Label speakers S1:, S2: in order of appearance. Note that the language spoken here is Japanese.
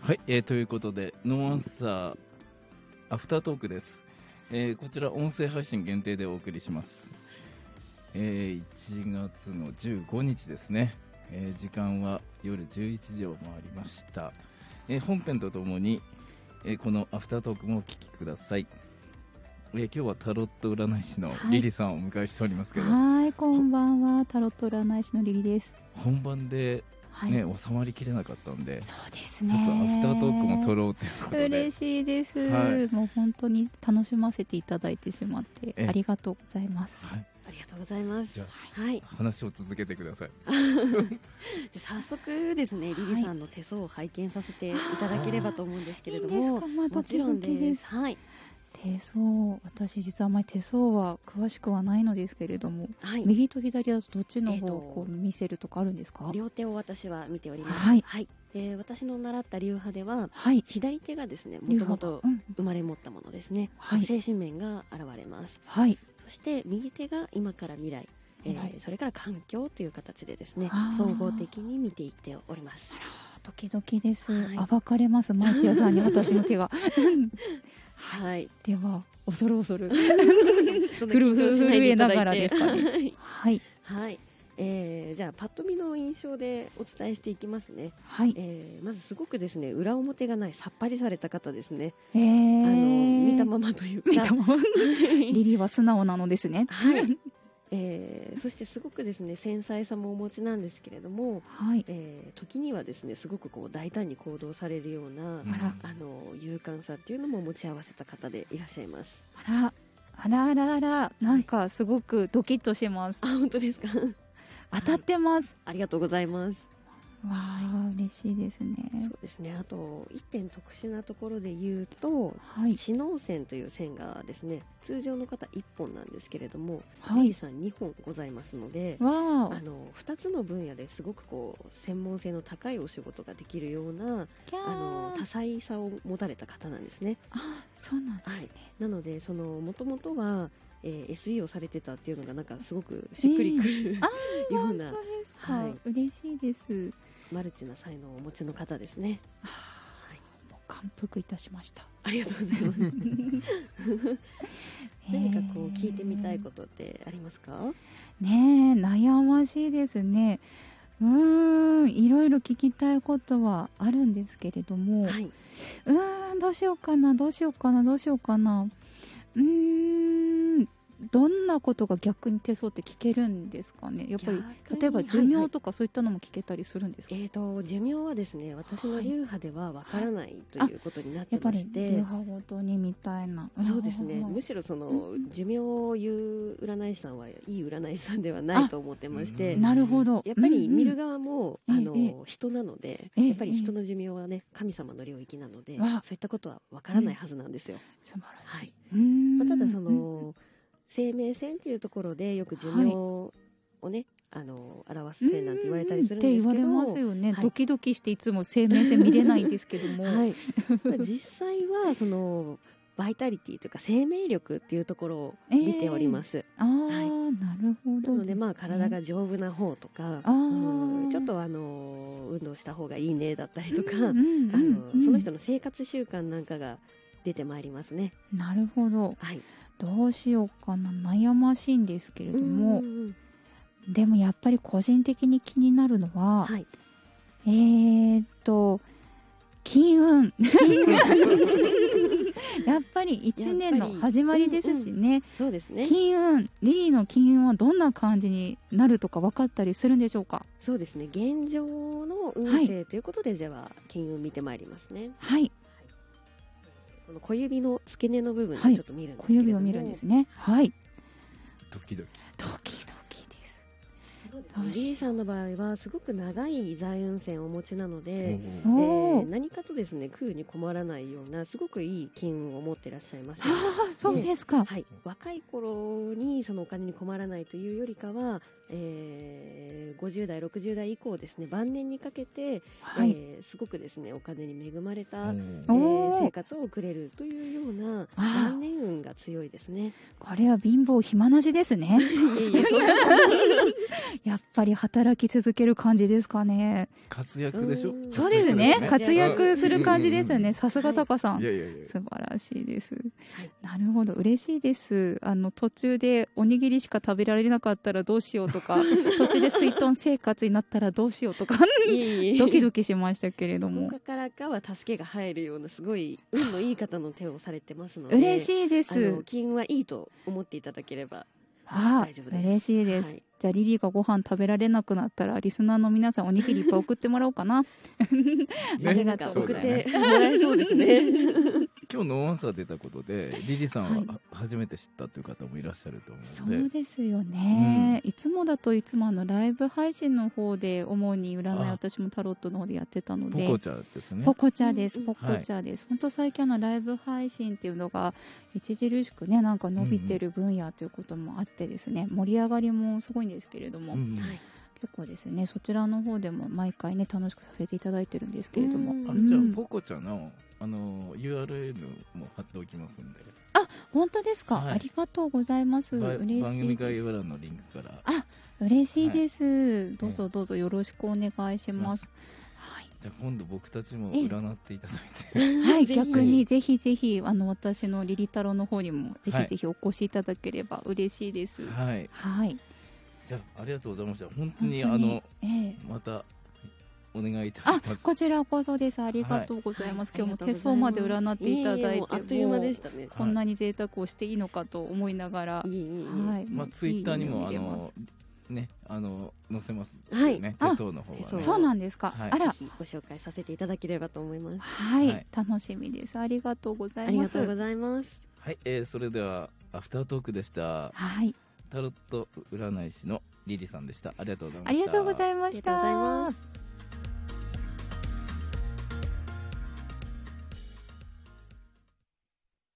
S1: はい、えーということで、ノーアンサーアフタートークです。えーこちら音声配信限定でお送りします。えー1月の15日ですね。えー時間は夜11時を回りました。えー本編とともに、えーこのアフタートークもお聞きください。えー今日はタロット占い師の
S2: はい
S1: リリさんをお迎えしておりますけど、
S2: はい、こんばんは、タロット占い師のリリです。
S1: 本番で
S2: はい、
S1: ね、収まりきれなかったんで、ち
S2: そうです
S1: ょっ
S2: ね。
S1: とアフタートークも撮ろうということで
S2: 嬉。しいです、
S1: はい
S2: もう本当に楽しませていただいてしまっ
S1: ええ
S2: て、ありがとうございます。
S1: はい、
S3: ありがとうございます。
S1: じゃ
S3: は
S1: あ
S3: い。
S1: 話を続けてください。
S3: じゃあ早速ですね、リリさんの手相を拝見させていただければと思うんですけれど
S2: いいんで
S3: も
S2: すか、まあ、
S3: も
S2: 時
S3: ちろん
S2: 々
S3: で。
S2: です
S3: はい。
S2: 手相、私実はあまり手相は詳しくはないのですけれども、
S3: はい。
S2: 右と左だとどっちの
S3: えー
S2: 方
S3: と
S2: をこう見せるとかあるんですか、
S3: 両手を私は見ております。
S2: はい
S3: で、私の習った流派では、
S2: はい、
S3: 左手がですね、も
S2: 流
S3: とも
S2: 派
S3: と
S2: うん、
S3: 生まれ持ったものですね。
S2: はい
S3: 精神面が現れます。
S2: はい、
S3: そして右手が今から未来。えー
S2: はい
S3: それから環境という形でですね
S2: あー
S3: 総合的に見ていっております
S2: あら時々です、
S3: はい
S2: 暴かれますマイティアさんに私の手 が
S3: はい
S2: では恐る 恐る
S3: そんな緊張しないでいただ
S2: 震えな
S3: いて
S2: がらですかね
S3: はい
S2: はい
S3: はい、えーじゃあパッと見の印象でお伝えしていきますね、
S2: はい
S3: えーまずすごくですね裏表がないさっぱりされた方ですね、
S2: えー、
S3: あの見たままというか
S2: 見たままリリーは素直なのですね
S3: はい、えーそしてすごくですね繊細さもお持ちなんですけれども、
S2: はい
S3: えー時にはですねすごくこう大胆に行動されるような、
S2: あら
S3: あの勇敢さっていうのも持ち合わせた方でいらっしゃいます
S2: あらあらあらあらなんかすごくドキッとします
S3: あ本当ですか
S2: 当たってます、
S3: ありがとうございます
S2: わあ嬉しいですね
S3: そうですねあと一点特殊なところで言うと
S2: はい
S3: 紫脳線という線がですね通常の方1本なんですけれども、
S2: は
S3: リリ
S2: い
S3: さん2本ございますので
S2: わ
S3: あ
S2: あ
S3: の2つの分野ですごくこう専門性の高いお仕事ができるような
S2: キャー
S3: あの多彩さを持たれた方なんですね
S2: あそうなんですね、
S3: なのでそのもともとは、えー SE をされてたっていうのがなんかすごくしっくりくる、
S2: あ
S3: よう
S2: 本
S3: な
S2: 当ですか、
S3: はい
S2: 嬉しいです
S3: マルチな才能をお持ちの方ですね
S2: はい、もう感服いたしました。
S3: ありがとうございます 何かこう聞いてみたいことってありますか
S2: と。ねえ、悩ましいですね。うーん、いろいろ聞きたいことはあるんですけれども、
S3: はいう
S2: ーん、どうしようかな、どうしようかな、どうしようかな。うーん、どんなことが逆に手相って聞けるんですかね。やっぱり
S3: 逆に
S2: 例えば
S3: はい
S2: 寿命とかそういったのも聞けたりするんですか。
S3: えー、と寿命はですね私の
S2: はい
S3: 流派ではわからないということになっ
S2: や
S3: て
S2: っぱ
S3: ま
S2: り
S3: して、
S2: 流派ごとにみたいな。
S3: そうです ね
S2: ん
S3: むしろその
S2: うん
S3: 寿命を言う占い師さんはいい占い師さんではないと思ってま
S1: う
S3: して
S1: ん
S2: なるほど。
S3: やっぱり見る
S2: が、
S3: 側も、
S2: ええ
S3: あ
S2: え
S3: の人なので、
S2: ええ
S3: やっぱり人の寿命はね神様の領域なので、
S2: わあ
S3: そういったことはわからないはずなんですよ、
S2: 素晴らしい。
S3: はい、
S2: うーん
S3: まあ、ただその生命線っていうところでよく寿命をね、あの表す線なんて言われたりするんですけど
S2: って言われますよね、
S3: はい
S2: ドキドキしていつも生命線見れないんですけども、
S3: はい、 まあ実際はそのバイタリティというか生命力っていうところを見ております、
S2: ああ、なるほどすね、
S3: なのでまあ体が丈夫な方とか、
S2: あー
S3: うんちょっとあの運動した方がいいねだったりとか、
S2: うんうん
S3: あ
S2: う
S3: の
S2: ん
S3: その人の生活習慣なんかが出てまいりますね。
S2: なるほど
S3: はい、
S2: どうしようかな悩ましいんですけれども
S3: うんうんうん
S2: でもやっぱり個人的に気になるのは、
S3: はい、
S2: えー、っと金 運やっぱり一年の始まりですしね、
S3: そうですね。
S2: 金運リリーの金運はどんな感じになるとか分かったりするんでしょうか
S3: そうですね。現状の運勢ということで、じゃあ金運見てまいりますね。
S2: はい
S3: この小指の付け根の部分
S2: は
S3: で
S2: い
S3: ちょっと見るんで
S2: 小
S3: すけれども、
S2: 指を見るんですねはい
S1: ドキドキ。
S2: ドキドキです
S3: リリーさんの場合はすごく長い財運線をお持ちなので、
S2: お
S3: え
S2: お
S3: ー
S2: ー、
S3: 何かとですね空に困らないようなすごくいい金運を持ってらっしゃいます。
S2: ああそうですか、
S3: はい、若い頃にそのお金に困らないというよりかは、えー50代、60代以降ですね晩年にかけて、
S2: はい。
S3: えーすごくですねお金に恵まれ
S1: お
S3: た、え
S1: ー
S2: お
S3: ー
S2: ー
S3: 生活を送れるというような
S2: あー
S3: 晩年運が強いで すね。
S2: これは貧乏暇なしですね。
S3: いえいえそんな
S2: やっぱり働き続ける感じですかね。
S1: 活躍でしょ
S3: うん
S2: そうですね。活
S3: 活
S2: 躍
S3: 躍
S2: す
S3: す
S2: る
S3: る
S2: 感
S3: 感
S2: じ
S3: じ
S2: で
S3: です
S2: よね。さすがタカさん。
S1: いやいやいや
S2: 素晴らしいです、
S3: はい
S2: なるほど嬉しいですあの途中でおにぎりしか食べられなかったらどうしようとか途中で水遁生活になったらどうしようとか
S3: いえいえ
S2: ドキドキしましたけれど
S3: ど
S2: も
S3: こからかは助けが入るようなすごい運のいい方の手をされてますので
S2: 嬉
S3: い
S2: しいで
S3: あの
S2: す
S3: 金運はいいと思っていただければ
S2: あ
S3: 大丈夫です
S2: 嬉しいです、
S3: はい
S2: じゃあリリーがご飯食べられなくなったらリスナーの皆さんおにぎりいっぱい送ってもらおうかな
S1: ね
S2: あり
S3: な
S2: が
S3: んか
S2: とう
S1: そだ
S2: ござ
S3: 送っ
S2: います
S3: てもらえそうですね
S1: 今日ノーアンサー出たことでリリさんは
S2: はい
S1: は初めて知ったという方もいらっしゃると思
S2: そう
S1: の
S2: う
S1: で、
S2: ですよね、いつもだといつもあのライブ配信の方で主に占い
S1: あ
S2: 私もタロットの方でやってたの
S1: ポ
S2: で
S1: コチャですね
S2: ポコチャです、
S3: うん
S2: ポコチャです、本当最近あのライブ配信っていうのが著しくねなんか伸びてる分野ということもあってですね、盛り上がりもすごいんですけれども、
S1: うん
S3: はい
S2: 結構ですねそちらの方でも毎回ね楽しくさせていただいてるんですけれども、
S3: うん
S1: あ
S2: うん
S1: じゃあポコチャのあの URL も貼っておきますんで
S2: 本当ですか、
S1: はい
S2: ありがとうございます
S1: ば
S2: 嬉
S1: 番
S2: し
S1: 組
S2: い
S1: 概
S2: です
S1: 要欄のリンクから
S2: 嬉しいです、どうぞどうぞよろしくお願いします、はい
S1: じゃあ今度僕たちも
S2: ええ
S1: 占っていただいて
S2: はい、
S3: ぜひ
S2: 逆にぜひぜひあの私のリリ太郎の方にもぜひぜひお越しいただければ嬉しい です。はい、
S1: はいじゃあありがとうございました本当に
S2: 本当
S1: あの
S2: ええ
S1: またお願いいた
S2: あ
S1: します
S2: こちらこそですありがとうございます。今日も手相まで占っていただいて、
S3: もうあっという間で
S2: も
S3: したね
S2: うこんなに贅沢をしていいのかと思いながら、はいい、
S3: えいえい
S2: い
S1: まあツイッターにもあ
S2: いい夢見れま
S1: のねあの載せます
S3: はい
S1: ね
S2: あ
S1: 手相の方はね
S3: 手
S2: す
S3: 相
S2: そうなんですか。
S1: はい
S2: あ
S3: えぜ
S2: ら、
S3: ひご紹介させていただければと思います
S2: はい、
S1: はい
S2: 楽しみです。ありがとうござ
S3: あ
S2: い
S3: り
S2: ま
S3: が
S2: す
S3: とう。ございます
S1: はい、えーそれではアフタートークでした
S2: はい、
S1: タロット占い師のリリさんでしたありがとうございま
S2: あ
S1: した
S2: りがとうございました。
S3: ありがとうございます